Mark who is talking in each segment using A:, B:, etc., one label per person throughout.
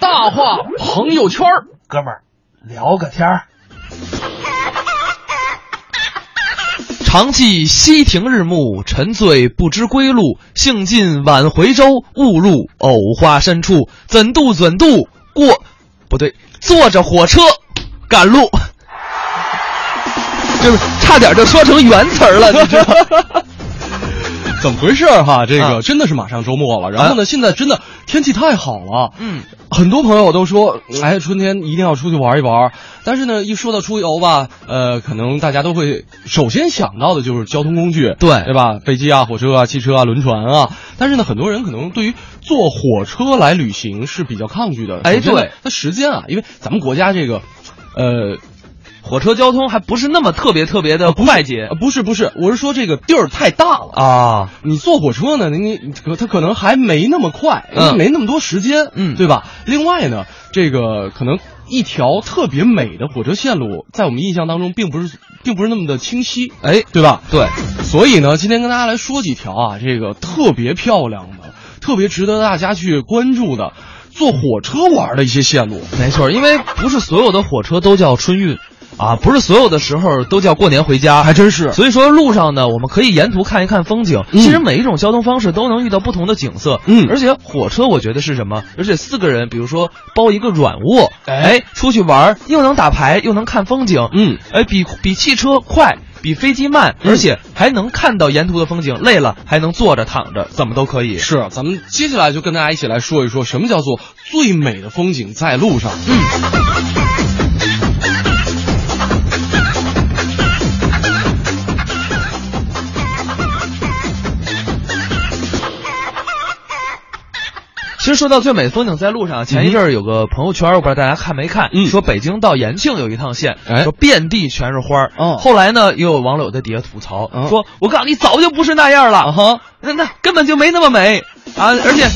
A: 大话朋友圈儿，
B: 哥们儿，聊个天儿。
A: 常记溪亭日暮，沉醉不知归路。兴尽晚回舟，误入藕花深处。怎渡怎渡过？不对，坐着火车赶路， 就是差点就说成原词儿了，你知道吗？
C: 怎么回事儿哈？这个
A: 啊
C: 真的是马上周末了，然后呢，现在真的天气太好了，
A: 嗯，
C: 很多朋友都说，哎，春天一定要出去玩一玩。但是呢，一说到出游吧，呃，可能大家都会首先想到的就是交通工具，
A: 对
C: 对吧？飞机啊、火车啊、汽车啊、轮船啊。但是呢，很多人可能对于坐火车来旅行是比较抗拒的。
A: 哎
C: 首先呢
A: 对
C: 它时间啊，因为咱们国家这个，呃，
A: 火车交通还不是那么特别特别的快捷
C: 呃不是不是，我是说这个地儿太大了
A: 啊。
C: 你坐火车呢，你你可他可能还没那么快，
A: 嗯
C: 没那么多时间，
A: 嗯
C: 对吧？另外呢，这个可能一条特别美的火车线路，在我们印象当中并不是并不是那么的清晰，
A: 哎，
C: 对吧？
A: 对，
C: 所以呢，今天跟大家来说几条啊，这个特别漂亮的、特别值得大家去关注的，坐火车玩的一些线路。
A: 没错，因为不是所有的火车都叫春运，啊，不是所有的时候都叫过年回家，
C: 还真是
A: 所以说路上呢，我们可以沿途看一看风景。
C: 嗯
A: 其实每一种交通方式都能遇到不同的景色。
C: 嗯
A: 而且火车我觉得是什么？而且四个人，比如说包一个软卧，
C: 哎
A: 哎，出去玩儿又能打牌又能看风景，
C: 嗯，
A: 哎，比比汽车快。比飞机慢，而且还能看到沿途的风景。累了还能坐着躺着，怎么都可以。
C: 是，咱们接下来就跟大家一起来说一说，什么叫做最美的风景在路上。嗯。
A: 其实说到最美的风景在路上，前一阵儿有个朋友圈，我不知道大家看没看，
C: 嗯
A: 说北京到延庆有一趟线，
C: 哎
A: 说遍地全是花儿。
C: 哦
A: 后来呢，又有网友在底下吐槽、
C: 嗯
A: 说：“我告诉你，早就不是那样了，
C: 啊哈，
A: 那那根本就没那么美啊，而且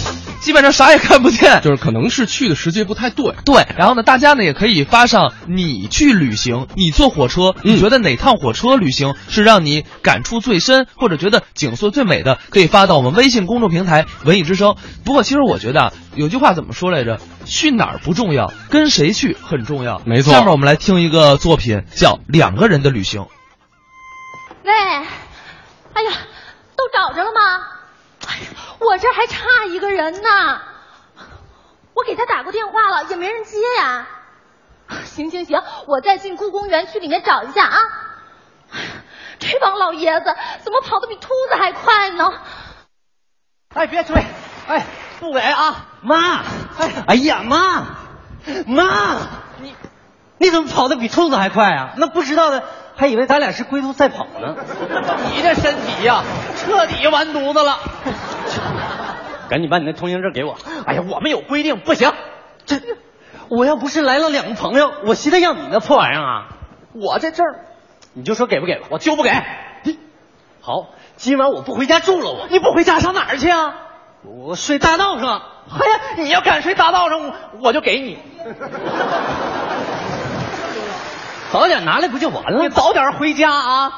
A: 基本上啥也看不见。”
C: 就是可能是去的时间不太对。
A: 对，然后呢，大家呢也可以发上你去旅行，你坐火车，
C: 嗯
A: 你觉得哪趟火车旅行是让你感触最深，或者觉得景色最美的，可以发到我们微信公众平台“文艺之声”。不过，其实我觉得啊，有句话怎么说来着？去哪儿不重要，跟谁去很重要。
C: 没错
A: 下面我们来听一个作品，叫《两个人的旅行》。
D: 喂，哎呀，都找着了吗？哎呀，我这还差一个人呢，我给他打过电话了，也没人接呀。行行行，我再进故宫园区里面找一下啊。哎呀这帮老爷子怎么跑得比秃子还快呢？
E: 哎，别推！哎，不给啊！妈，哎，哎呀，妈，妈，你你怎么跑得比兔子还快啊？那不知道的还以为咱俩是龟兔赛跑呢。你这身体呀、彻底完犊子了。赶紧把你那通行证给我。哎呀，我们有规定，不行。这我要不是来了两个朋友，我稀得要你那破玩意儿啊！我在这儿，你就说给不给吧，我就不给。好，今晚我不回家住了我。你不回家上哪儿去啊？我睡大道上。哎呀，你要敢睡大道上，我我就给你。早点拿来不就完了？你早点回家啊！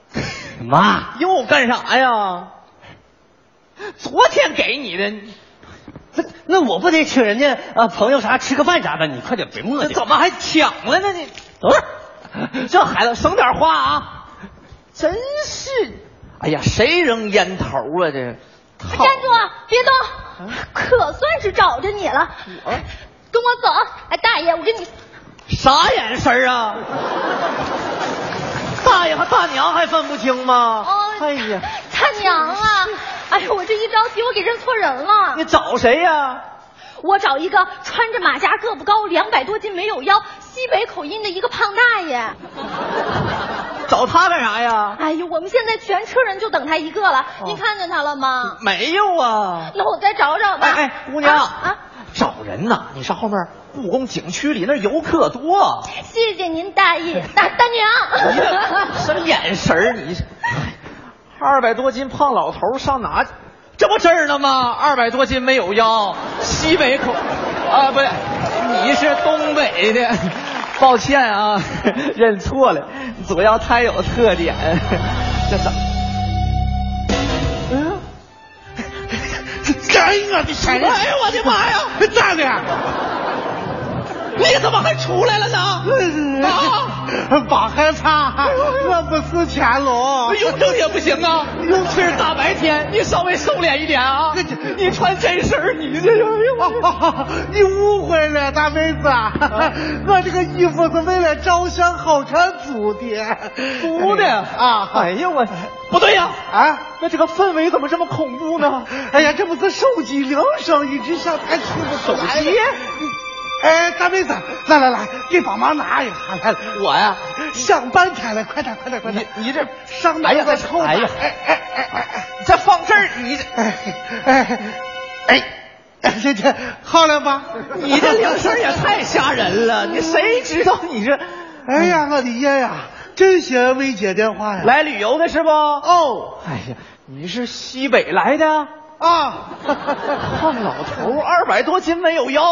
E: 妈，又干啥呀？昨天给你的。那那我不得请人家啊朋友啥吃个饭啥的？你快点别磨叽。怎么还抢了呢？你等会儿，这孩子省点话啊。真是，哎呀，谁扔烟头啊？这
D: 哎站住！啊别
E: 嗯
D: 动！可算是找着你了。跟我走，哎，大爷，我跟你
E: 啥眼神儿啊？大爷和大娘还分不清吗？
D: 哦，
E: 哎呀，
D: 他娘啊！哎呦，我这一着急，我给认错人了
E: 你。找谁呀、
D: 我找一个穿着马甲、个不高、两百多斤、没有腰、西北口音的一个胖大爷。
E: 找他干啥呀？
D: 哎呦，我们现在全车人就等他一个了。
E: 哦
D: 您看见他了吗？
E: 没有啊。
D: 那我再找找吧。
E: 哎哎，姑娘
D: 啊，
E: 找人呢？你上后面故宫景区里那儿游客多。
D: 啊谢谢您，大爷，大大
E: 哎
D: 娘。
E: 什么眼神儿？你二百多斤胖老头儿上哪？这不这儿呢吗？二百多斤没有腰，西北口啊，不对，你是东北的，抱歉啊， 认错了，主要他有特点，这怎么？嗯，真我的神！哎呦我的妈呀，大哥，那个怎么还出来了呢？啊！哎
B: 把个叉，那不是乾隆。
E: 雍正哎也不行啊！雍正大白天，你稍微收敛一点啊！你穿真身儿你这就哎呦
B: 哦你误会了，大妹子，啊
E: 啊
B: 我这个衣服是为了照相好看租的，
E: 租的
B: 啊！
E: 哎呀我，不对呀、
B: 啊！
E: 那这个氛围怎么这么恐怖呢？
B: 哎呀，这不是手机铃声一直响，咱听不出来。手机？哎，大妹子，来来来，给帮忙拿一下来。
E: 我呀，
B: 想半天了，快点快点快点！
E: 你你这
B: 上哪
E: 哎呀
B: 个臭
E: 哎呀
B: 哎哎哎哎哎！
E: 你这放这儿，你这
B: 哎哎哎哎，这这好了吧？
E: 你这铃声也太吓人了！你谁知道你这
B: 哎呀，我的爷呀，这些未接电话呀！
E: 来旅游的是不？
B: 哦
E: 哎呀，你是西北来的？
B: 啊，
E: 胖老头二百多斤没有腰，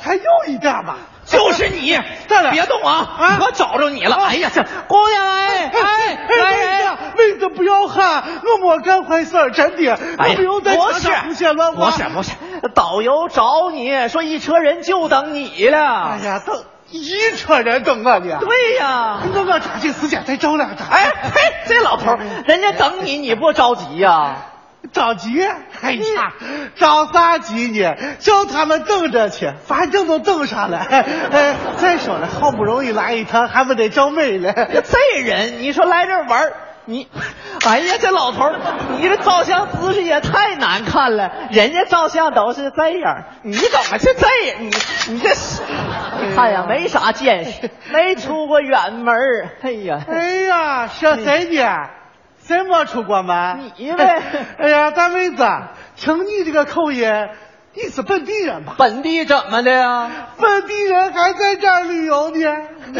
B: 还有一点吧。
E: 就是 你！
B: 站着
E: 别动啊
B: 啊！
E: 我找着你了！哎呀，这姑娘哎哎来
B: 妹
E: 人！
B: 子，妹子不要喊，我没干坏事儿，真的，你
E: 哎呀，
B: 不用在
E: 不
B: 墙
E: 是
B: 上胡写乱
E: 不
B: 画。
E: 是不是，导游找你说一车人就等你了
B: 哎。呀，都一车人等我呢。，
E: 对呀，
B: 那我抓紧时间再找两张。
E: 哎嘿，这老头儿人家等你，你不着急呀、
B: 嗯着急？哎呀，着啥急呢？叫他们等着去，反正都等上了。 哎，再说了，好不容易来一趟，还不得找美了？
E: 这人，你说来这儿玩儿你，哎呀，这老头儿，你这照相姿势也太难看了。人家照相都是这样，你怎么是这样？你你这是，你看呀，没啥见识，没出过远门儿哎呀，
B: 哎呀，说谁呢？谁没出过门？
E: 你呗
B: 哎呀，大妹子，听你这个口音，你是本地人吧？
E: 本地怎么的呀？
B: 本地人还在这儿旅游呢。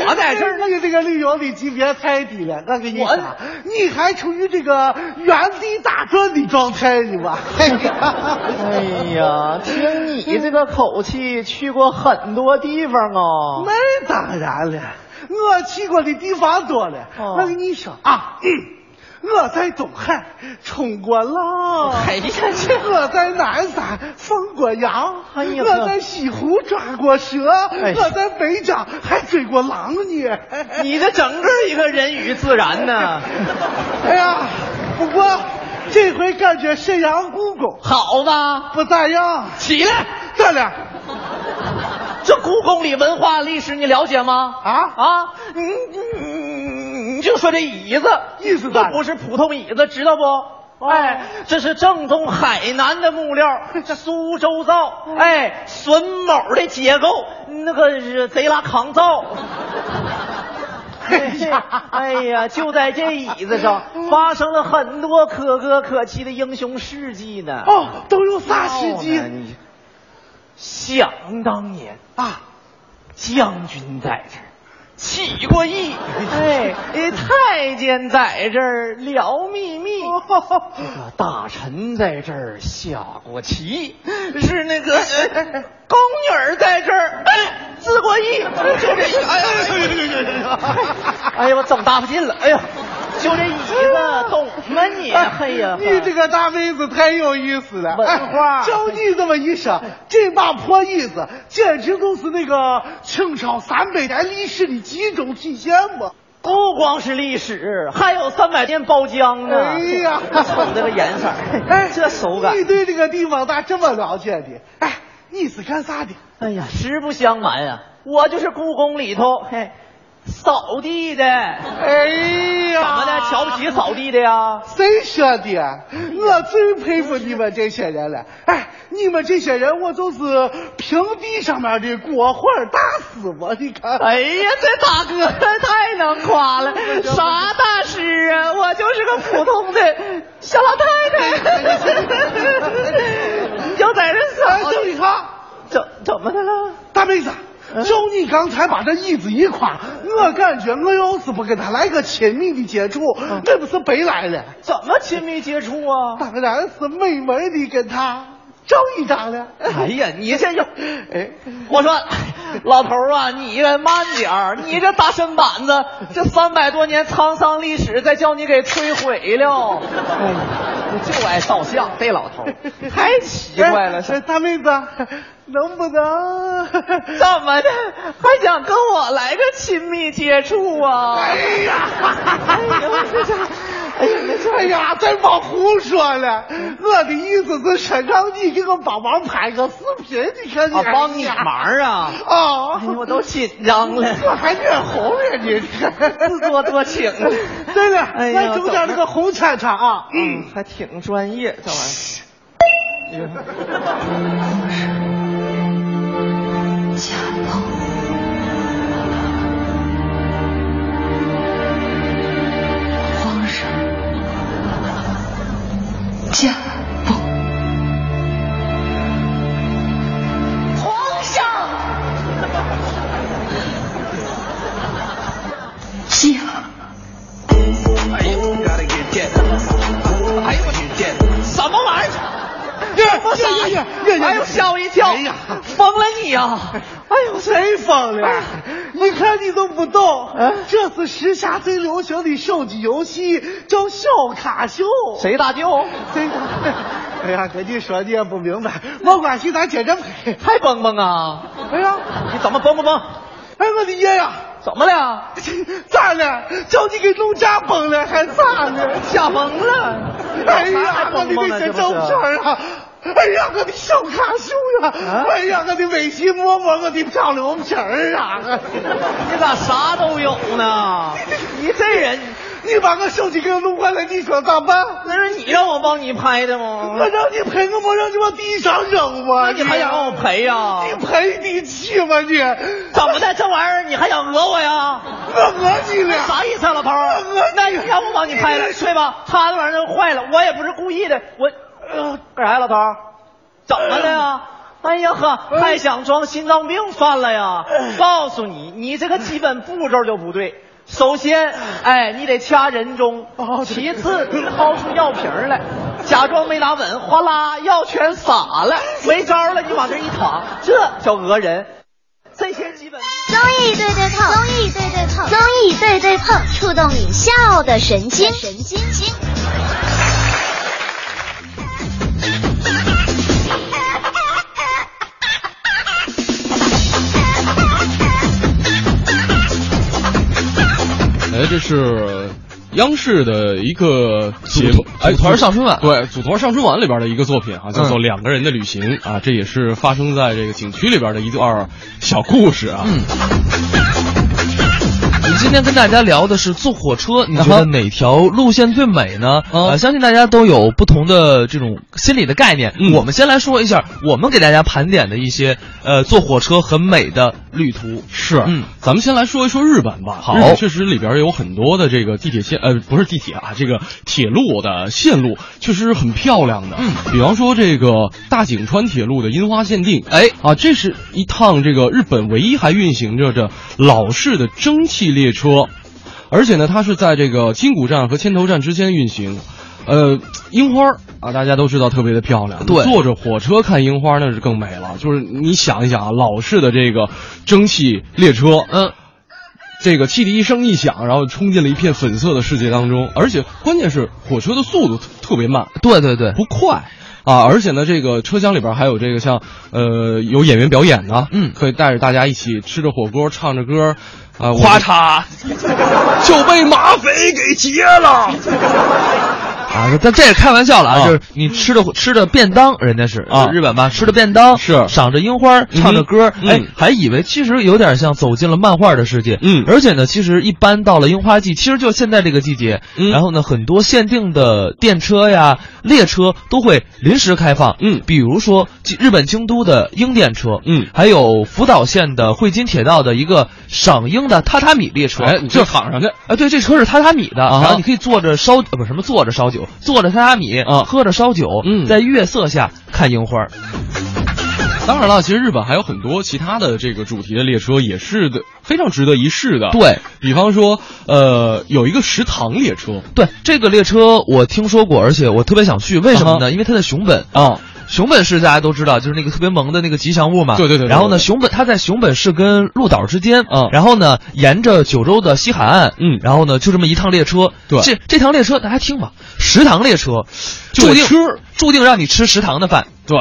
E: 我在这儿
B: 那个这个旅游的级别太低了。我跟你
E: 我
B: 讲，你还处于这个原地打转的状态呢 吧？哎
E: 哎呀，听你这个口气，去过很多地方哦。
B: 那当然了，我去过的地方多了。
E: 哦
B: 我跟你说啊，嗯我在东海冲过浪，
E: 哎呀这
B: 我在南山放过羊，
E: 哎呀
B: 我在西湖抓过蛇，
E: 哎
B: 我在北疆还追过狼呢。
E: 你这整个一个人与自然呢，
B: 哎呀，不过这回感觉沈阳故宫
E: 好吧？
B: 不咋样。
E: 起来，
B: 咱俩
E: 这故宫里文化历史你了解吗？
B: 啊嗯
E: 啊，你你你你就说这椅子，
B: 意思
E: 这
B: 大
E: 不是普通椅子，知道
B: 哦
E: 不？哎，这是正宗海南的 木料，这苏州造，
B: 嗯
E: 哎，榫卯的结构，那个是贼拉抗造。哎呀， 哎呀，就在这椅子上
B: 嗯
E: 发生了很多可歌可泣的英雄事迹 呢。
B: 哦，都有啥时机
E: 你想当年，
B: 啊？
E: 将军在这儿起过义，哎， 哎太监在这儿聊秘密，这个大臣在这儿下过棋，是那个呃宫女儿在这儿哎自过义，就这哎呀哎呀，哎呀，我整搭不进了，哎呀，就这椅子懂吗你？哎呀，
B: 你这个大妹子太有意思了，
E: 文化
B: 哎照你这么一说，这把破椅子简直就是那个清朝三百年历史的集中体现嘛！
E: 不光是历史，还有三百年包浆呢。
B: 哎呀哎
E: 瞅这个颜色儿，这手感
B: 你。对这个地方咋这么了解的？哎，你是干啥的？
E: 哎呀，实不相瞒啊，我就是故宫里头嘿扫地的。
B: 哎
E: 怎
B: 呀，
E: 么的？瞧不起扫地的呀？哎
B: 谁说的？我最佩服你们这些人了。哎，你们这些人，我就是平地上面的国画大师嘛！你看，
E: 哎呀，这大哥太能夸 了，啥大师啊？我就是个普通的小老 太太。你就在这
B: 哎，
E: 扫
B: 这你
E: 地，
B: 看。
E: 怎怎么的了？嗯
B: 大妹子，就你刚才把这椅子一垮，我感觉我要是不跟他来个亲密的接触，那不是白来了？
E: 嗯怎么亲密接触啊？
B: 当然是美美的跟他照一张了。
E: 哎呀，你这就，
B: 哎，
E: 我说老头儿啊，你慢点儿，你这大身板 子，这三百多年沧桑历史再叫你给摧毁了。哎你就爱照相，这老 头儿太奇怪了。
F: 哎大妹子，能不能？
E: 怎么的，还想跟我来个亲密接触啊？哎呀，
F: 哎呀，哎呀，再别胡说了！我的意思是说让你给我帮忙拍个视频，你看你
E: 我帮你忙啊！
F: 啊！
E: 哎呦我都紧张了，
F: 我还脸红了，你这
E: 自作多情了。
F: 对了，
E: 哎呀
F: 咱整点那个红铲铲啊！
E: 嗯，还挺专业，这玩意儿。哎呦我天，什么玩意儿？这哎呦吓我一跳！哎呀，疯了你啊哎呀！
F: 哎呦，谁疯了？你看你都不懂，
E: 啊
F: 这是时下最流行的手机游戏，叫小卡秀。
E: 谁大舅？
F: 这个，哎呀，跟你说你也不明白，没关系，咱接着拍。
E: 还蹦蹦啊？
F: 哎呀，
E: 你怎么蹦蹦蹦？
F: 哎我的爷呀，
E: 怎么了？
F: 咋了？叫你给弄架崩了还咋了？
E: 吓懵了。
F: 哎呀，我的那些照片啊！哎呀，我的小卡秀呀、
E: 啊
F: 哎呀，我的微信陌陌，我的漂流瓶儿啊！
E: 你咋啥都有呢？你这人，
F: 你把我手机给我弄坏了，你说咋办？
E: 那是你让我帮你拍的吗？
F: 我让你赔，我没让你往地上扔吗？
E: 那你还想让我赔呀、
F: 你赔你气吗你？
E: 怎么的？这玩意儿你还想讹我呀？
F: 我讹你了！
E: 啥意思啊，老头儿
F: 我我？
E: 那你让我帮你拍了，对吧？啊他那玩意儿坏了，我也不是故意的，我，呃干啥呀，老头儿？怎么了呀？哎呀呵，还想装心脏病犯了呀？告诉你，你这个基本步骤就不对。首先，哎，你得掐人中；其次，你掏出药瓶儿来，假装没拿稳，哗啦，药全洒了，没招了，你往这一躺，这叫讹人。这些基本。
G: 综艺对对碰，综艺对对碰，综艺对对碰，触动你笑的神经，神经经。
C: 哎，这是央视的一个节
A: 组
C: 目
A: 团，
C: 哎，
A: 组团上春晚
C: 对，组团上春晚里边的一个作品啊，叫做《
A: 嗯
C: 两个人的旅行》啊，这也是发生在这个景区里边的一段小故事啊。
A: 嗯我们今天跟大家聊的是坐火车，你觉得哪条路线最美呢？
C: 嗯
A: 呃，相信大家都有不同的这种心理的概念。
C: 嗯
A: 我们先来说一下，我们给大家盘点的一些呃坐火车很美的旅途。
C: 是，
A: 嗯，
C: 咱们先来说一说日本吧。
A: 好
C: 日本确实里边有很多的这个地铁线，呃，不是地铁啊，这个铁路的线路确实很漂亮的。
A: 嗯，
C: 比方说这个大井川铁路的樱花限定，
A: 哎
C: 啊，这是一趟这个日本唯一还运行着这老式的蒸汽列车，而且呢，它是在这个金谷站和千头站之间运行。呃，樱花儿啊，大家都知道特别的漂亮。
A: 对
C: 坐着火车看樱花那是更美了。就是你想一想啊，老式的这个蒸汽列车，
A: 嗯，
C: 这个汽笛一声一响，然后冲进了一片粉色的世界当中。而且关键是火车的速度特特别慢，
A: 对对对，
C: 不快啊！而且呢，这个车厢里边还有这个像呃有演员表演的，
A: 嗯
C: 可以带着大家一起吃着火锅，唱着歌，啊，
A: 咔
C: 嚓
A: 嚓
C: 就被马匪给劫了。
A: 啊！但这也开玩笑了啊，
C: 啊
A: 就是你吃的吃的便当，人家是
C: 啊
A: 日本吧，吃的便当
C: 是
A: 赏着樱花，唱着歌，
C: 嗯
A: 哎，还以为其实有点像走进了漫画的世界。
C: 嗯
A: 而且呢，其实一般到了樱花季，其实就现在这个季节，
C: 嗯
A: 然后呢，很多限定的电车呀、列车都会临时开放。
C: 嗯
A: 比如说京日本京都的樱电车，
C: 嗯
A: 还有福岛县的汇金铁道的一个赏樱的榻榻米列车。
C: 哎，你就躺上去。
A: 啊，对，这车是榻榻米的，
C: 啊哈
A: 然后你可以坐着烧呃不什么坐着烧酒，坐着榻榻米
C: 啊
A: 喝着烧酒，
C: 嗯
A: 在月色下看樱花。
C: 当然了，其实日本还有很多其他的这个主题的列车也是的，非常值得一试的。
A: 对
C: 比方说，呃，有一个食堂列车
A: 对，这个列车我听说过，而且我特别想去，为什么呢？因为它在熊本。
C: 啊，
A: 熊本市大家都知道，就是那个特别萌的那个吉祥物嘛。
C: 对对对对
A: 然后
C: 对
A: 呢，
C: 对
A: 熊本它在熊本市跟鹿岛之间，
C: 嗯
A: 然后呢，沿着九州的西海岸，
C: 嗯
A: 然后呢，就这么一趟列车。
C: 对
A: 这这趟列车大家听吧，食堂列车，
C: 就
A: 注定
C: 吃
A: 注定让你吃食堂的饭，
C: 对，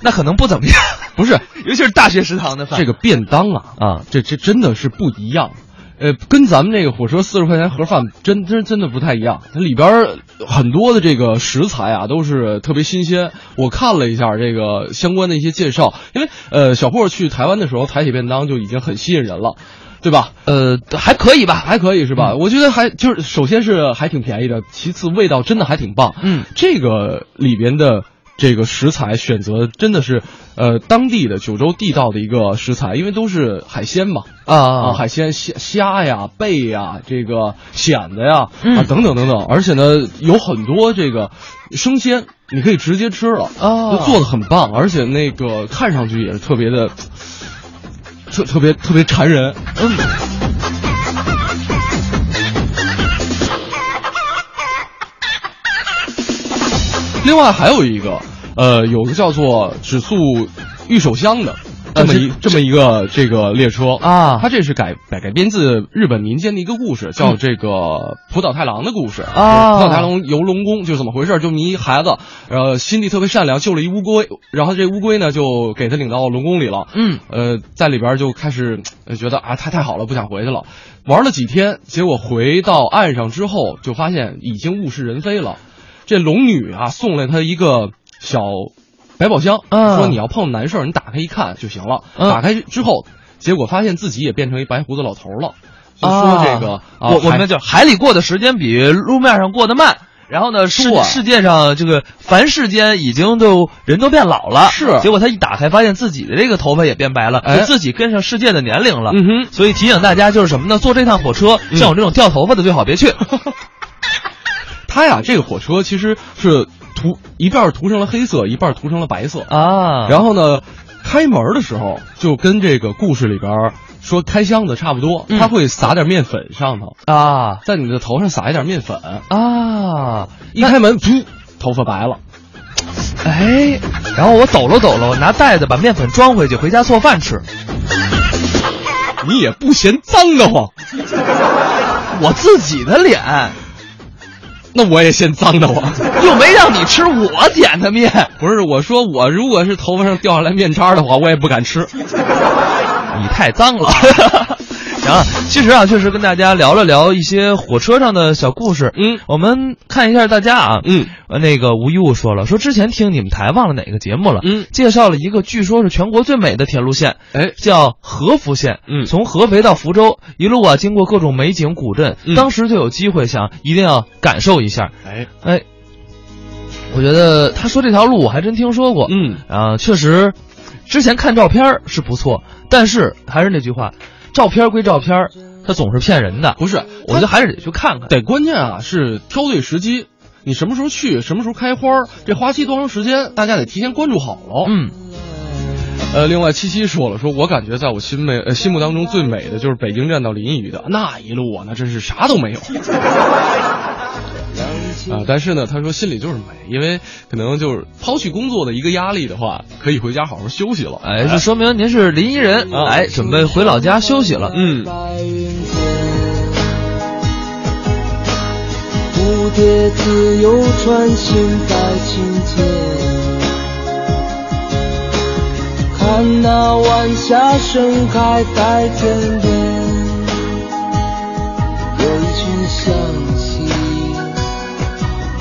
A: 那可能不怎么样。
C: 不是
A: 尤其是大学食堂的饭。
C: 这个便当啊
A: 啊，
C: 这这真的是不一样。呃，跟咱们那个火车四十块钱盒饭真真真的不太一样，它里边儿很多的这个食材啊都是特别新鲜。我看了一下这个相关的一些介绍，因为呃小霍去台湾的时候，台铁便当就已经很吸引人了，对吧？嗯
A: 呃还可以吧，
C: 还可以是吧？我觉得还就是首先是还挺便宜的，其次味道真的还挺棒。
A: 嗯，
C: 这个里边的这个食材选择真的是呃当地的九州地道的一个食材，因为都是海鲜嘛。啊，
A: 啊
C: 海鲜虾虾呀、贝呀、这个蚬子呀、
A: 嗯
C: 啊等等等等，而且呢有很多这个生鲜，你可以直接吃了，
A: 哦
C: 就做的很棒，而且那个看上去也是特别的，特特别特别馋人，嗯。另外还有一个，呃，有个叫做“指宿御手箱”的。这么一这么一个这个列车
A: 啊
C: 它这是改改改编自日本民间的一个故事，叫这个浦岛太郎的故事
A: 啊
C: 浦岛太郎游龙宫就是怎么回事？就迷一孩子，呃，心地特别善良，救了一乌龟，然后这乌龟呢就给他领到龙宫里了，
A: 嗯，
C: 呃，在里边就开始呃觉得啊，太太好了，不想回去了。玩了几天，结果回到岸上之后，就发现已经物是人非了。这龙女啊，送了他一个小百宝箱，
A: 嗯
C: 说你要碰难事儿，你打开一看就行了。
A: 嗯
C: 打开之后，结果发现自己也变成一白胡子老头了。就说
A: 啊
C: 这个，啊
A: 我我
C: 还
A: 们就是海里过的时间比路面上过得慢。然后呢，世
C: 是啊
A: 世界上这个凡世间已经都人都变老了，
C: 是
A: 结果他一打开，发现自己的这个头发也变白了，
C: 哎
A: 就自己跟上世界的年龄了。
C: 嗯哼
A: 所以提醒大家就是什么呢？坐这趟火车，像我这种掉头发的最好别 去。
C: 他呀，这个火车其实是涂一半儿涂成了黑色，一半儿涂成了白色。
A: 啊然
C: 然
A: 后
C: 后呢，开门的时候就跟这个故事里边儿说开箱子差不多，
A: 嗯
C: 他会撒点面粉上头，
A: 啊
C: 在你的头上撒一点面粉，
A: 啊，
C: 一开门，噗，头发白了。
A: 哎，然后我抖搂抖搂，拿袋子把面粉装回去，回家做饭吃。
C: 你也不嫌脏得慌，
A: 我自己的脸
C: 那我也嫌脏得慌。
A: 又没让你吃我点的面。
C: 不是，我说我如果是头发上掉下来面渣的话，我也不敢吃。啊
A: 你太脏了。 行啊，其实啊，确实跟大家聊了聊一些火车上的小故事。
C: 嗯
A: 我们看一下大家啊，
C: 嗯
A: 呃，那个吴一物说了，说之前听你们台忘了哪个节目了，
C: 嗯
A: 介绍了一个据说是全国最美的铁路线，
C: 哎
A: 叫合福线，
C: 嗯
A: 从合肥到福州，一路啊经过各种美景古镇，
C: 嗯
A: 当时就有机会想一定要感受一下，
C: 哎，
A: 哎，我觉得他说这条路我还真听说过，
C: 嗯
A: 啊，确实，之前看照片儿是不错，但是还是那句话，照片儿归照片儿，它总是骗人的。
C: 不是，
A: 我觉得还是得去看看。
C: 得关键啊是挑对时机，你什么时候去，什么时候开花儿，这花期多长时间，大家得提前关注好了。
A: 嗯，
C: 呃，另外七七说了，说我感觉在我心美呃心目当中最美的就是北京站到临沂的那一路啊，那真是啥都没有。啊、但是呢，他说心里就是美，因为可能就是抛去工作的一个压力的话，可以回家好好休息了。
A: 哎，这说明您是临沂人，
C: 啊
A: 哎，准备回老家休息了。
C: 嗯，
H: 蝴蝶自由穿行在清涧，看那晚霞盛开在田边，有一群向西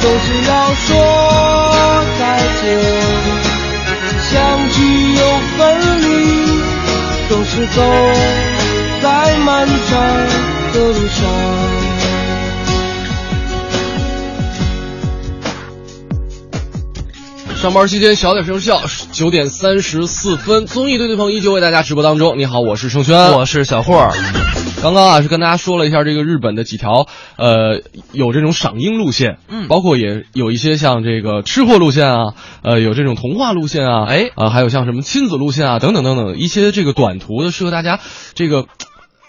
H: 总是要说再见。相聚又分离，总是走在漫长的路上。
C: 上班期间小点声笑，九点三十四分，综艺对对碰依旧为大家直播当中。你好，我是盛轩，
A: 我是小霍儿。
C: 刚刚啊是跟大家说了一下这个日本的几条，呃，有这种赏樱路线，
A: 嗯
C: 包括也有一些像这个吃货路线啊，呃，有这种童话路线啊，
A: 哎
C: 啊、还有像什么亲子路线啊，等等等等，一些这个短途的适合大家这个。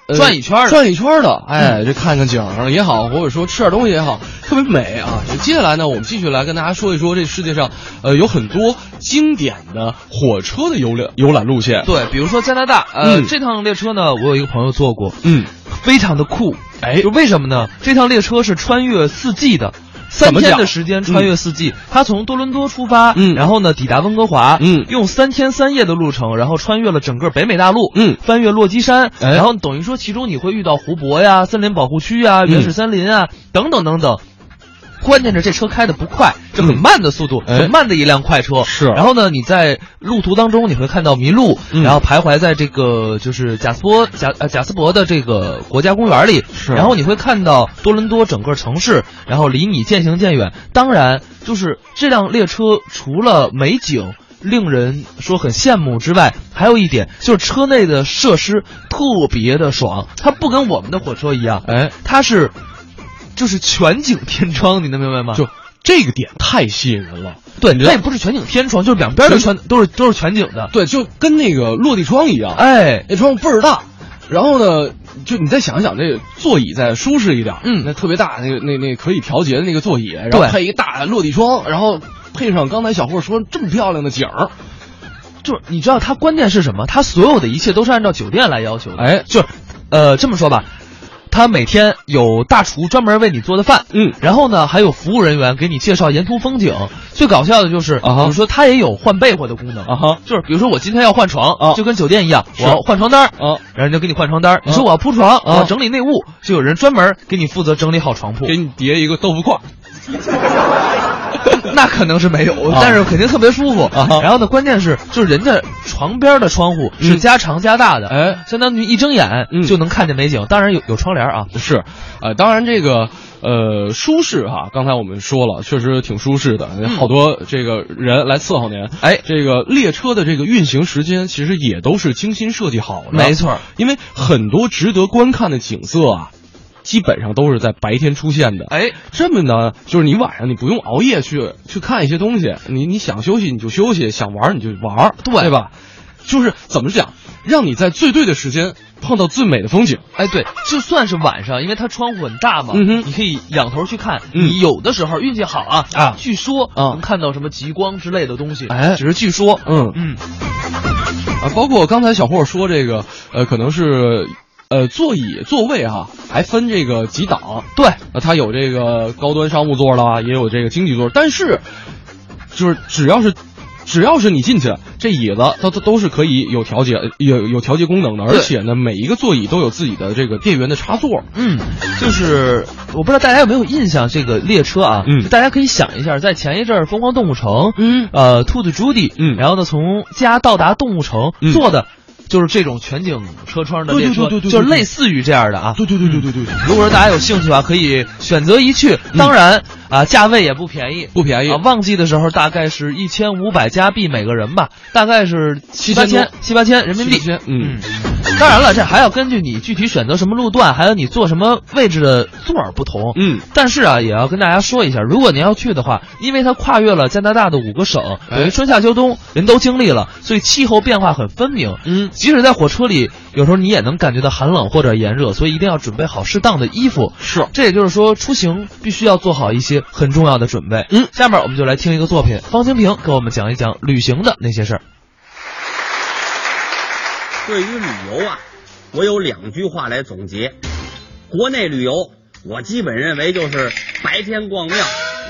C: 呃
A: 转一圈儿的
C: 转一圈儿的，
A: 嗯
C: 哎，这看看景儿也好，或者说吃点东西也好，特别美啊。接下来呢，我们继续来跟大家说一说这世界上，呃，有很多经典的火车的游览游览路线。
A: 对，比如说加拿大，呃，
C: 嗯
A: 这趟列车呢，我有一个朋友坐过，
C: 嗯，
A: 非常的酷。
C: 哎
A: 就为什么呢？这趟列车是穿越四季的。三
C: 怎么讲
A: 天的时间穿越四季，他从多伦多出发，
C: 嗯
A: 然后呢抵达温哥华，
C: 嗯
A: 用三天三夜的路程，然后穿越了整个北美大陆，
C: 嗯
A: 翻越落基山，
C: 哎
A: 然后等于说其中你会遇到湖泊呀、森林保护区呀、
C: 嗯
A: 原始森林啊、等等等等。关键是这车开的不快，是很
C: 嗯
A: 慢的速度，
C: 哎
A: 很慢的一辆快车。
C: 是
A: 然后呢，你在路途当中你会看到麋鹿，
C: 嗯
A: 然后徘徊在这个就是贾斯伯贾呃贾斯伯的这个国家公园里，
C: 是
A: 然后你会看到多伦多整个城市，然后离你渐行渐远。当然，就是这辆列车除了美景。令人说很羡慕之外，还有一点就是车内的设施特别的爽，它不跟我们的火车一样，
C: 哎，
A: 它是就是全景天窗，你能明白吗？
C: 就这个点太吸引人了。
A: 对，
C: 你知
A: 它
C: 道
A: 也不是全景天窗，就是两边的全都是都是全景的。
C: 对，就跟那个落地窗一样，
A: 哎，
C: 那窗户倍儿大。然后呢，就你再想想，那座椅再舒适一点，
A: 嗯
C: 那特别大，那个那那可以调节的那个座椅，然后
A: 对
C: 配一个大落地窗，然后配上刚才小霍说这么漂亮的景儿，
A: 就是你知道它关键是什么？它所有的一切都是按照酒店来要求的。
C: 哎
A: 就是，呃，这么说吧，它每天有大厨专门为你做的饭，
C: 嗯
A: 然后呢还有服务人员给你介绍沿途风景。最搞笑的就是，
C: 啊哈
A: 比如说它也有换被窝的功能
C: 啊哈
A: 就是比如说我今天要换床，
C: 啊
A: 就跟酒店一样，
C: 是
A: 我要换床单儿，
C: 啊，
A: 然后人家给你换床单儿。你说我要铺床，我要
C: 啊
A: 整理内务，就有人专门给你负责整理好床铺。
C: 给你叠一个豆腐块儿，
A: 那可能是没有，
C: 啊
A: 但是肯定特别舒服。
C: 啊哈
A: 然后呢，关键是就是人家床边的窗户是
C: 嗯
A: 加长加大的，
C: 哎
A: 相当于一睁眼
C: 嗯
A: 就能看见美景。当然有有窗帘啊，
C: 是，呃，当然这个呃舒适哈、刚才我们说了，确实挺舒适的，好多这个人来伺候您。
A: 嗯哎
C: 这个列车的这个运行时间其实也都是精心设计好的，
A: 没错儿，
C: 因为很多值得观看的景色啊。基本上都是在白天出现的，
A: 哎，
C: 这么呢，就是你晚上你不用熬夜去去看一些东西，你你想休息你就休息，想玩儿你就玩儿，
A: 对
C: 对吧？就是怎么讲，让你在最对的时间碰到最美的风景。
A: 哎，对，就算是晚上，因为它窗户很大嘛，
C: 嗯哼
A: 你可以仰头去看。
C: 嗯
A: 你有的时候运气好啊，
C: 啊
A: 据说、
C: 啊
A: 能看到什么极光之类的东西，
C: 哎
A: 只是据说。
C: 嗯
A: 嗯，
C: 啊，包括刚才小霍说这个，呃，可能是，呃，座椅座位哈、还分这个几档，
A: 对，
C: 呃，它有这个高端商务座啦，也有这个经济座，但是，就是只要是。只要是你进去，这椅子它它都是可以有调节、有有调节功能的，
A: 对
C: 而且呢，每一个座椅都有自己的这个电源的插座。
A: 嗯，就是我不知道大家有没有印象这个列车啊？
C: 嗯
A: 就大家可以想一下，在前一阵儿《疯狂动物城》，
C: 嗯
A: 呃，兔子朱迪，
C: 嗯
A: 然后呢，从家到达动物城、
C: 嗯
A: 坐的。就是这种全景车窗的列车，
C: 对对对对对对
A: 就是类似于这样的啊。
C: 对对对对对对，嗯
A: 如果说大家有兴趣啊，可以选择一去。当然啊，价位也不便宜，
C: 不便宜
A: 啊。旺季的时候大概是一千五百加币每个人吧，大概是七八
C: 7000
A: 千、七八千人民币。
C: 7000嗯
A: 当然了，这还要根据你具体选择什么路段，还有你坐什么位置的座儿不同。
C: 嗯，
A: 但是啊，也要跟大家说一下，如果您要去的话，因为它跨越了加拿大的五个省，
C: 哎
A: 等于春夏秋冬人都经历了，所以气候变化很分明。
C: 嗯
A: 即使在火车里，有时候你也能感觉到寒冷或者炎热，所以一定要准备好适当的衣服。
C: 是
A: 这也就是说，出行必须要做好一些很重要的准备。
C: 嗯
A: 下面我们就来听一个作品，方清平给我们讲一讲旅行的那些事儿。
I: 对于旅游啊，我有两句话来总结。国内旅游，我基本认为就是白天逛庙，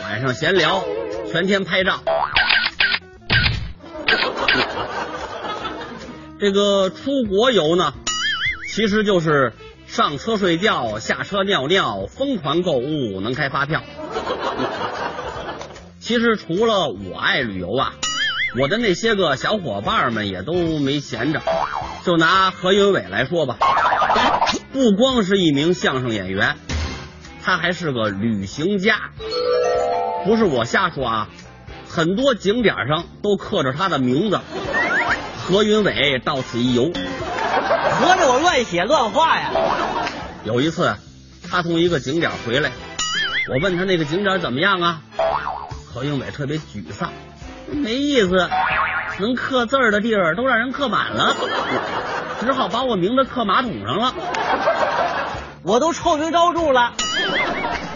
I: 晚上闲聊，全天拍照。这个出国游呢，其实就是上车睡觉，下车尿尿，疯狂购物，能开发票。其实除了我爱旅游啊，我的那些个小伙伴们也都没闲着。就拿何云伟来说吧，不光是一名相声演员，他还是个旅行家。不是我瞎说啊，很多景点上都刻着他的名字。何云伟到此一游。
E: 合着我乱写乱画呀！
I: 有一次，他从一个景点回来，我问他那个景点怎么样啊？何云伟特别沮丧，没意思，能刻字儿的地儿都让人刻满了，只好把我名字刻马桶上了，
E: 我都臭名昭著了。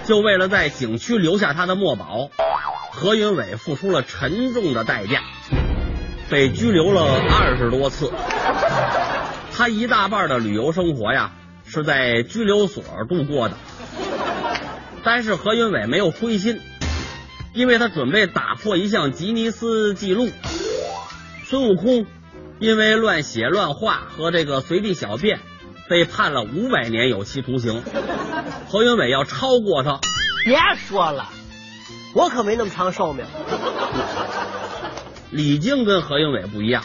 I: 就为了在景区留下他的墨宝。何云伟付出了沉重的代价，被拘留了二十多次。他一大半的旅游生活呀是在拘留所度过的。但是何云伟没有灰心，因为他准备打破一项吉尼斯纪录。孙悟空因为乱写乱画和这个随地小便，被判了五百年有期徒刑。何云伟要超过他，
E: 别说了，我可没那么长寿命。
I: 李菁跟何云伟不一样，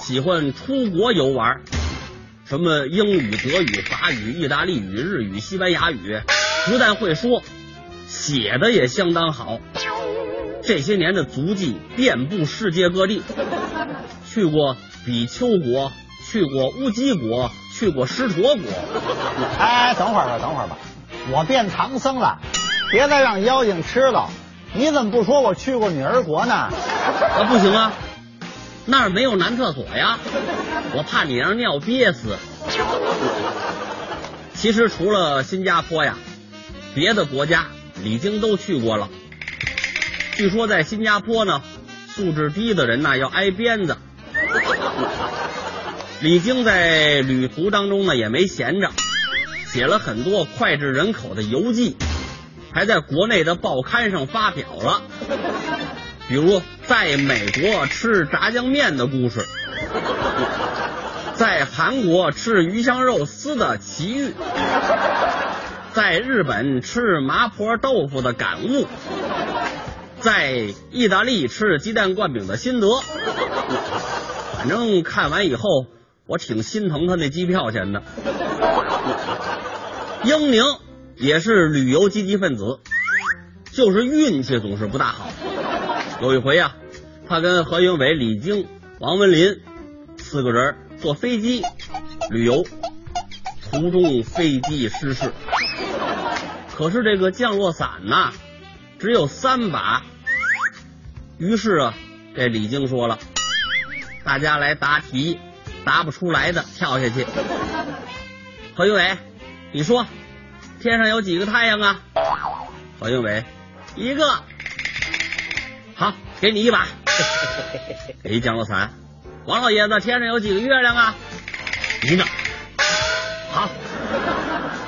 I: 喜欢出国游玩，什么英语、德语、法语、意大利语、日语、西班牙语，不但会说，写的也相当好。这些年的足迹遍布世界各地，去过比丘国，去过乌鸡国，去过狮驼国。
J: 哎，等会儿吧，等会儿吧，我变唐僧了，别再让妖精吃了。你怎么不说我去过女儿国呢？
I: 啊，不行啊，那儿没有男厕所呀，我怕你让尿憋死。其实除了新加坡呀，别的国家李菁都去过了。据说在新加坡呢，素质低的人呐要挨鞭子。李菁在旅途当中呢也没闲着，写了很多脍炙人口的游记，还在国内的报刊上发表了。比如在美国吃炸酱面的故事，在韩国吃鱼香肉丝的奇遇，在日本吃麻婆豆腐的感悟，在意大利吃鸡蛋灌饼的心得。反正看完以后，我挺心疼他那机票钱的。英宁也是旅游积极分子，就是运气总是不大好。有一回呀、他跟何云伟、李菁、王文林四个人坐飞机旅游，途中飞机失事，可是这个降落伞呐、只有三把，于是啊，这李菁说了，大家来答题，答不出来的跳下去。何云伟，你说天上有几个太阳啊？何云伟，一个。好，给你一把，给一降落伞。王老爷子，天上有几个月亮啊？一个。好，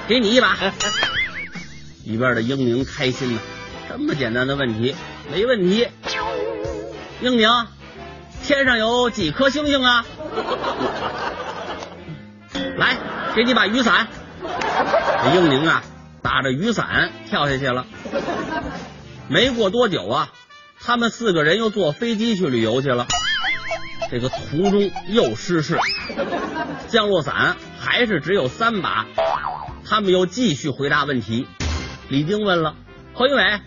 I: 给你 一把。里边的英宁开心了，这么简单的问题，没问题。英宁，天上有几颗星星啊？来，给你把雨伞。这英宁啊，打着雨伞跳下去了。没过多久啊，他们四个人又坐飞机去旅游去了。这个途中又失事，降落伞还是只有三把。他们又继续回答问题。李菁问了：“何云伟，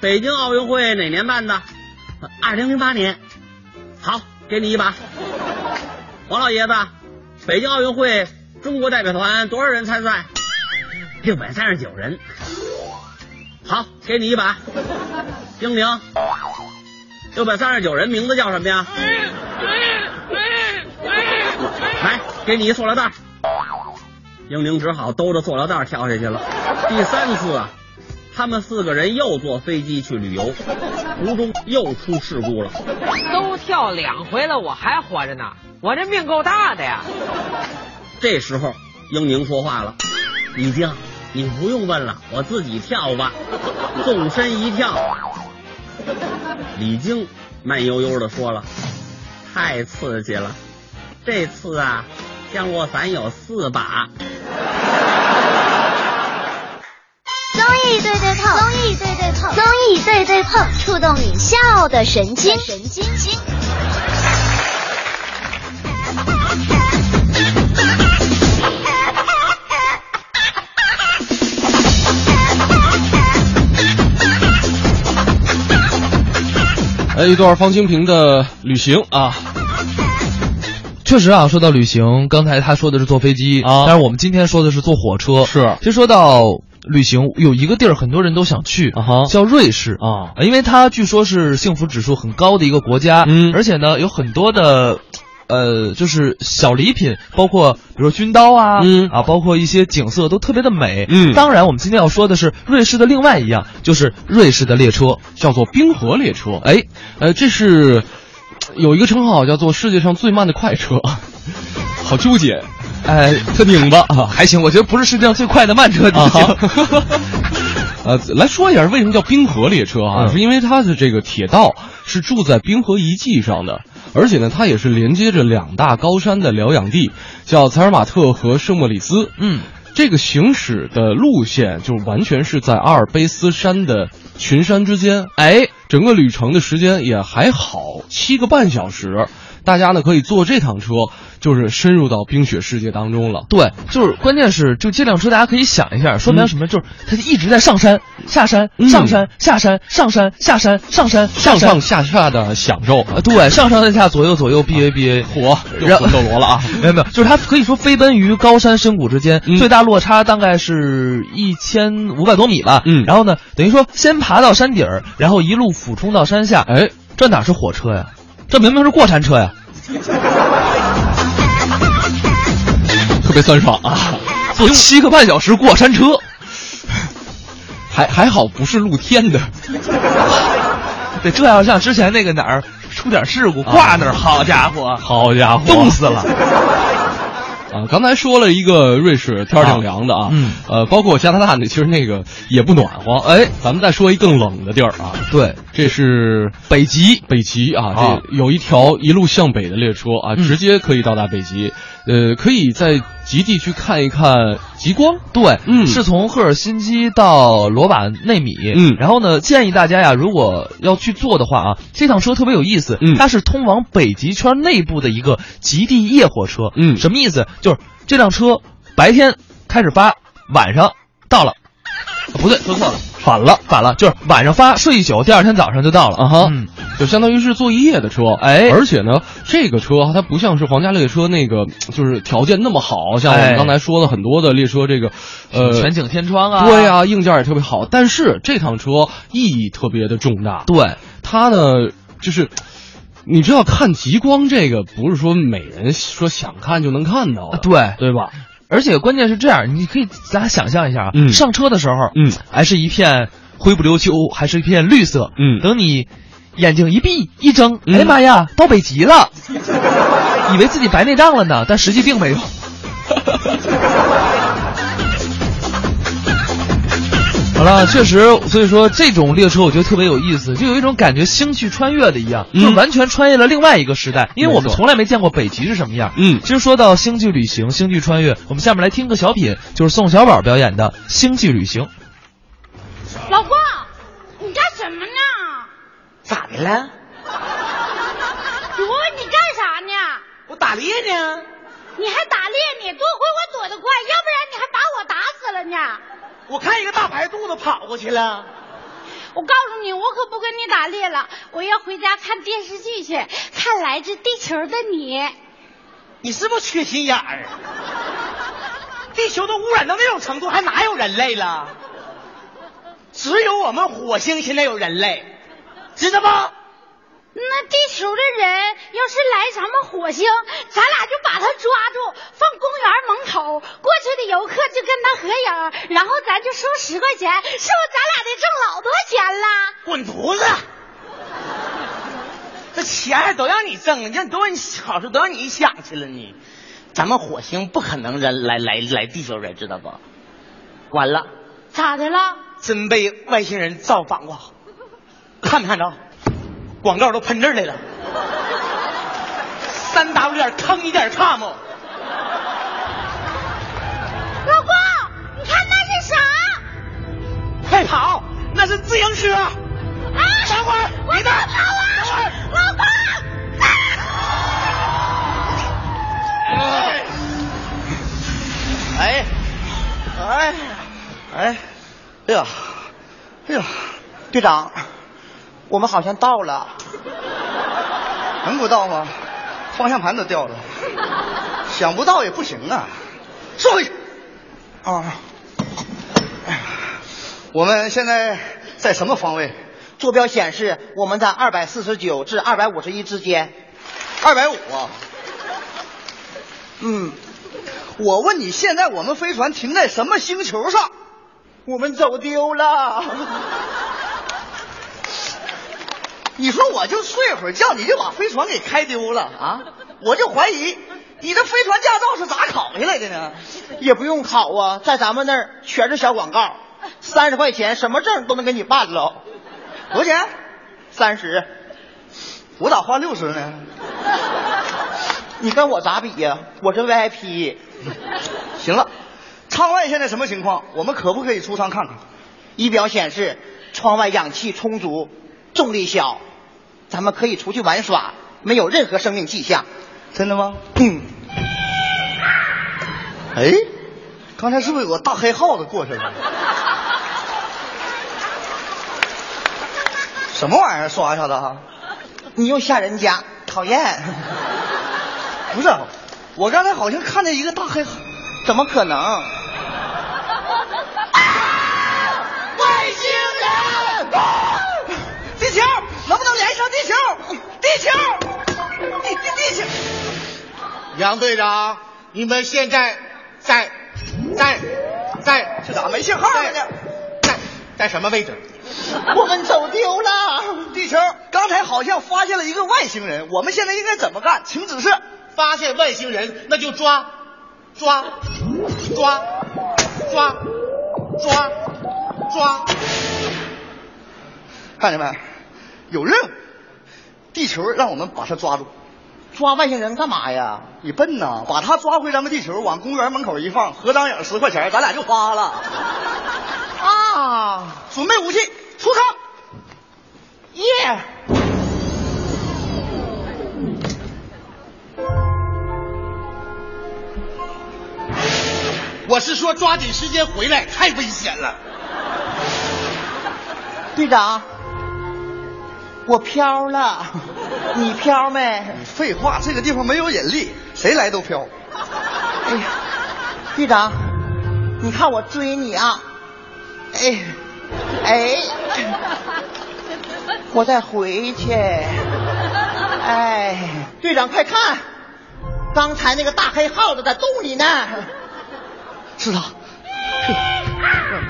I: 北京奥运会哪年办的？”“二零零八年。”“好，给你一把。”王老爷子，北京奥运会中国代表团多少人参赛？六百三十九人。好，给你一把。英宁，六百三十九人名字叫什么呀？来，给你一塑料袋。英宁只好兜着塑料袋跳下去了。第三次啊，他们四个人又坐飞机去旅游，途中又出事故了。
K: 都跳两回了，我还活着呢，我这命够大的呀！
I: 这时候，英宁说话了：“李菁，你不用问了，我自己跳吧。”纵身一跳，李菁慢悠悠的说了：“太刺激了，这次啊，降落伞有四把。”
L: 综艺对对碰，综艺对对碰，综艺对对碰，触动你笑的神经，神经经。
C: 呃，一段方清平的旅行啊，
A: 确实啊，说到旅行，刚才他说的是坐飞机啊，但是我们今天说的是坐火车。
C: 是，
A: 其实说到旅行，有一个地儿很多人都想去，叫瑞士呃
C: 啊，
A: 因为它据说是幸福指数很高的一个国家，嗯，而且呢有很多的。呃，就是小礼品，包括比如说军刀啊，嗯啊，包括一些景色都特别的美，
C: 嗯
A: 当然，我们今天要说的是瑞士的另外一样，就是瑞士的列车，
C: 叫做冰河列车。
A: 哎，
C: 呃，这是有一个称号叫做世界上最慢的快车，好纠结。
A: 哎，
C: 他拧吧，
A: 还行，我觉得不是世界上最快的慢车，你行。
C: 啊呃，来说一下为什么叫冰河列车啊？
A: 嗯
C: 是因为它的这个铁道是住在冰河遗迹上的，而且呢，它也是连接着两大高山的疗养地，叫采尔马特和圣莫里斯。
A: 嗯，
C: 这个行驶的路线就完全是在阿尔卑斯山的群山之间。
A: 哎，
C: 整个旅程的时间也还好，七个半小时。大家呢可以坐这趟车，就是深入到冰雪世界当中了。
A: 对，就是关键是，就这辆车，大家可以想一下，
C: 嗯
A: 说明什么？就是它一直在上山、下山、上山、下山、上山、下山、上山、
C: 上
A: 山
C: 上下下的享受，
A: 啊，对，上上下下左右左右 B A B A，
C: 火 又
A: 啊然
C: 魂斗罗了啊！ 嗯
A: 没有没有，就是它可以说飞奔于高山深谷之间，最大落差大概是一千五百多米吧。
C: 嗯
A: 然后呢，等于说先爬到山顶儿，然后一路俯冲到山下。哎，这哪是火车呀？这明明是过山车呀！
C: 特别酸爽啊！
A: 坐七个半小时过山车，
C: 还还好不是露天的，
A: 对，这要像之前那个哪儿出点事故挂那儿，好家伙，
C: 好家伙，
A: 冻死了！
C: 啊！刚才说了一个瑞士，天儿挺凉的啊，
A: 嗯，
C: 呃，包括加拿大呢，其实那个也不暖和。哎，咱们再说一更冷的地儿啊，
A: 对，
C: 这是
A: 北极，
C: 北极啊，
A: 啊
C: 这有一条一路向北的列车啊，直接可以到达北极，呃，可以在极地去看一看极光。
A: 对，
C: 嗯
A: 是从赫尔辛基到罗瓦内米，
C: 嗯
A: 然后呢，建议大家呀，如果要去坐的话啊，这趟车特别有意思，
C: 嗯
A: 它是通往北极圈内部的一个极地夜火车，
C: 嗯
A: 什么意思？就是这辆车白天开始发，晚上到了。啊不对，说错了，反了，反了，就是晚上发，睡一宿，第二天早上就到了。
C: 啊哈，
A: 嗯
C: 就相当于是坐一夜的车，
A: 哎
C: 而且呢，这个车它不像是皇家列车那个，就是条件那么好，像我
A: 哎
C: 们刚才说了很多的列车，这个，呃，
A: 全景天窗啊，
C: 对呀、硬件也特别好，但是这趟车意义特别的重大，
A: 对，
C: 它呢就是。你知道看极光这个不是说每人说想看就能看到的，
A: 啊对
C: 对吧？
A: 而且关键是这样，你可以大家想象一下啊，
C: 嗯
A: 上车的时候，
C: 嗯，
A: 还是一片灰不溜秋，还是一片绿色，
C: 嗯
A: 等你眼睛一闭一睁，
C: 嗯
A: 哎呀妈呀，到北极了，以为自己白内障了呢，但实际并没有。好了，确实，所以说这种列车我觉得特别有意思，就有一种感觉星际穿越的一样，就
C: 嗯
A: 完全穿越了另外一个时代，因为我
C: 没
A: 们
C: 错
A: 从来没见过北极是什么样。
C: 嗯
A: 其实说到星际旅行、星际穿越，我们下面来听个小品，就是宋小宝表演的《星际旅行》。
M: 老公，你干什么呢？
N: 咋的了？
M: 我问你干啥呢？
N: 我打猎呢。
M: 你还打猎呢？多亏我躲得快，要不然你还把我打死了呢。
N: 我看一个大白肚子跑过去了。
M: 我告诉你，我可不跟你打猎了，我要回家看电视剧去，看《来自地球的你》。
N: 你是不是缺心眼儿？啊地球都污染到那种程度，还哪有人类了？只有我们火星现在有人类，知道吧？
M: 那地球的人要是来咱们火星，咱俩就把他抓住，放公园门口，过去的游客就跟他合影，然后咱就收十块钱，是不是咱俩得挣老多钱了？
N: 滚犊子！这钱还都让你挣了，让都让你小时候都让你想去了你。咱们火星不可能人来来来地球人，知道不？完了，
M: 咋的了？
N: 真被外星人造访过，看没看着？广告都喷这儿来了。三 w 点坑你点 com，
M: 老公，你看那是啥？
N: 快跑！那是自行车。
M: 啊！
N: 等会儿，别动！等会儿。
M: 老公，啊
N: 哎，哎，哎，哎，哎呀，哎呀，队长，我们好像到了。
O: 能不到吗？方向盘都掉了，想不到也不行啊！收回去。啊，哎呀我们现在在什么方位？
G: 坐标显示我们在二百四十九至二百五十一之间。二百五啊？
O: 嗯，我问你，现在我们飞船停在什么星球上？
G: 我们走丢了。
O: 你说我就睡会儿觉，你就把飞船给开丢了啊？我就怀疑你这飞船驾照是咋考下来的呢？
G: 也不用考啊，在咱们那儿全是小广告，三十块钱什么证都能给你办喽。
O: 多少钱？
G: 三十。
O: 我咋花六十呢？
G: 你跟我咋比呀、我是 VIP。
O: 行了，舱外现在什么情况？我们可不可以出舱看看？
G: 仪表显示窗外氧气充足，重力小，咱们可以出去玩耍，没有任何生命迹象。
O: 真的吗？
G: 嗯。
O: 哎，刚才是不是有个大黑耗子过去了？什么玩意儿？刷一下子哈？
G: 你又吓人家，讨厌。
O: 不是，啊我刚才好像看见一个大黑，
G: 怎么可能？
O: 外星人！
N: 哎
O: 地球能不能连上地球？地球，地地地球。
E: 杨队长，你们现在在在在
O: 这咋没信号了呢？
E: 在在什么 位置？
G: 我们走丢了。
O: 地球刚才好像发现了一个外星人，我们现在应该怎么干？请指示。
E: 发现外星人，那就抓，抓，抓，抓，抓，抓。
O: 看见没？有任务，地球让我们把他抓住。
G: 抓外星人干嘛呀？
O: 你笨呐！把他抓回咱们地球，往公园门口一放，合张影十块钱，咱俩就花了。
D: 哦
G: 啊！
O: 准备武器，出舱。
G: 耶、
E: 我是说抓紧时间回来，太危险了。
G: 队长，我飘了，你飘没？
O: 废话，这个地方没有引力，谁来都飘。
G: 哎呀，队长，你看我追你啊！哎，哎，我再回去。哎，队长，快看，刚才那个大黑耗子在洞里呢。
O: 是他。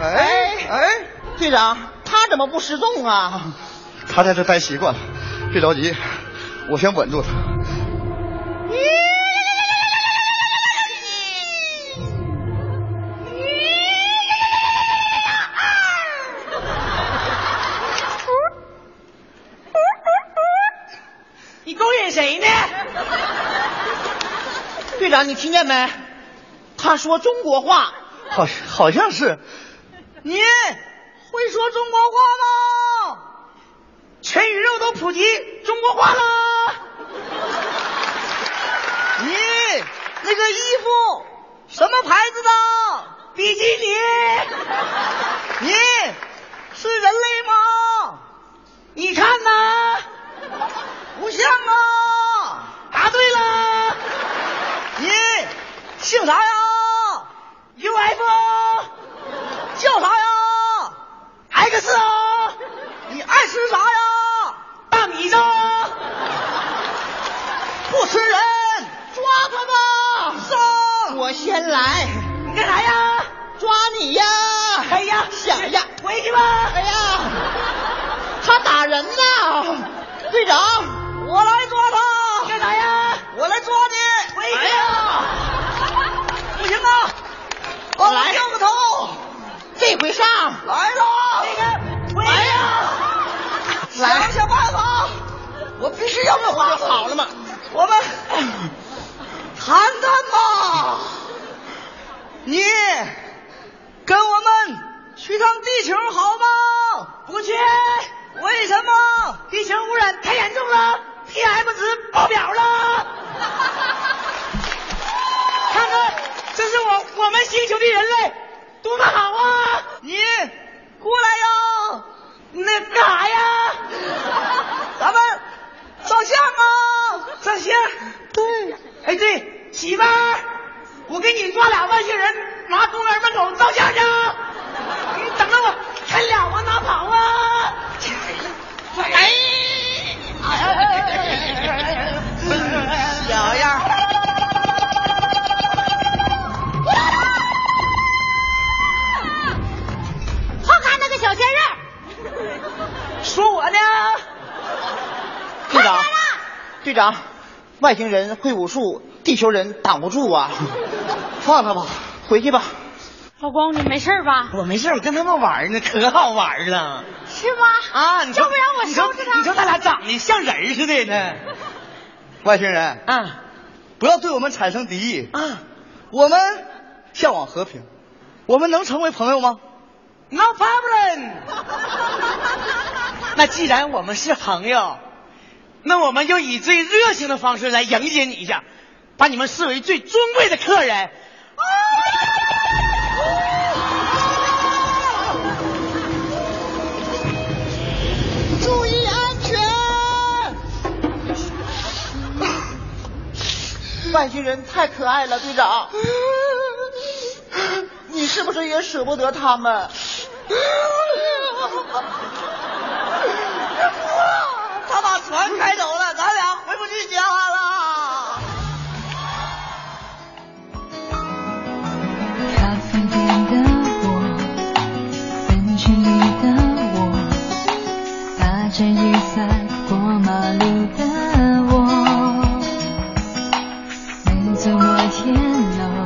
G: 哎
O: 哎哎，
G: 队长，他怎么不失踪啊？
O: 他在这待习惯了，别着急，我先稳住他。
D: 你勾引谁呢？
G: 队长，你听见没？他说中国话。
O: 好，好像是。
G: 您会说中国话吗？
P: 全宇宙都普及中国话啦！
G: 你那个衣服什么牌子的？
P: 比基尼，
G: 你是人类吗？
P: 你看呐，
G: 不像啊！
P: 答对了
G: 你姓啥呀？
P: ，UFO
G: 叫啥呀？
P: X 啊，
G: 你爱吃啥呀？
P: 大米粥，
G: 不吃人，
P: 抓他吧！
G: 上！我先来。
P: 你干啥呀？
G: 抓你呀！
P: 哎呀，
G: 想呀！
P: 回去吧！
G: 哎呀，他打人呐！队长，我来抓他。
P: 干啥呀？
G: 我来抓你。
P: 回去
G: 哎呀！
P: 不行啊！
G: 我来。掉个头，这回上。
O: 来了，
P: 那个，回
G: 哎
P: 去
G: 呀！来
O: 想想办法，我必须要
G: 不
O: 他
G: 就好了吗？
O: 我们谈谈吧，你跟我们去趟地球好吗？
P: 不去，
O: 为什么？
P: 地球污染太严重了，PM 值爆表了。看看，这是我我们星球的人类，多么好啊！
O: 你过来呀，
P: 那干啥呀？
O: 咱们照相啊！
G: 万星。对，哎对，媳妇儿，我给你抓俩外星人，拿公园门口照相去。啊你等着我，开俩我拿跑啊！哎，小样儿。
M: 好看那个小鲜肉。
G: 说我呢？
O: 队长，队长，外星人会武术，地球人挡不住啊！放他吧，回去吧。
M: 老公，你没事吧？
O: 我没事，我跟他们玩呢，可好玩了。
M: 是吗？
G: 啊，你说
M: 要不然我收拾他。
G: 你说咱俩长得像人儿似的呢。
E: 外星人，啊，不要对我们产生敌意啊！我们向往和平，我们能成为朋友吗
G: ？No problem。那既然我们是朋友，那我们就以最热情的方式来迎接你一下，把你们视为最尊贵的客人。
E: 注意安全！
O: 外星人太可爱了，队长，你是不是也舍不得他们？
G: 他把船开走了，咱俩回不去家了。
H: 咖啡店的我，人群里的我，打着雨伞过马路的我，你走我天楼。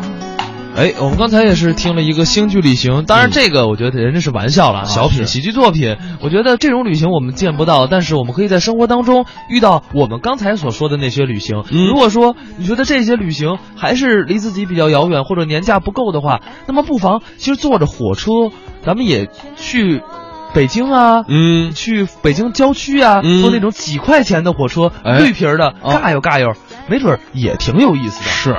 A: 哎，我们刚才也是听了一个星剧旅行，当然这个我觉得人家嗯啊是玩笑了，小品、喜剧作品，我觉得这种旅行我们见不到，但是我们可以在生活当中遇到我们刚才所说的那些旅行。如果说你觉得这些旅行还是离自己比较遥远，或者年假不够的话，那么不妨其实坐着火车，咱们也去。北京啊，嗯，去北京郊区啊，坐哎那种几块钱的火车，绿皮儿的，
Q: 哦
A: 嘎悠嘎悠，没准儿也挺有意思的。是，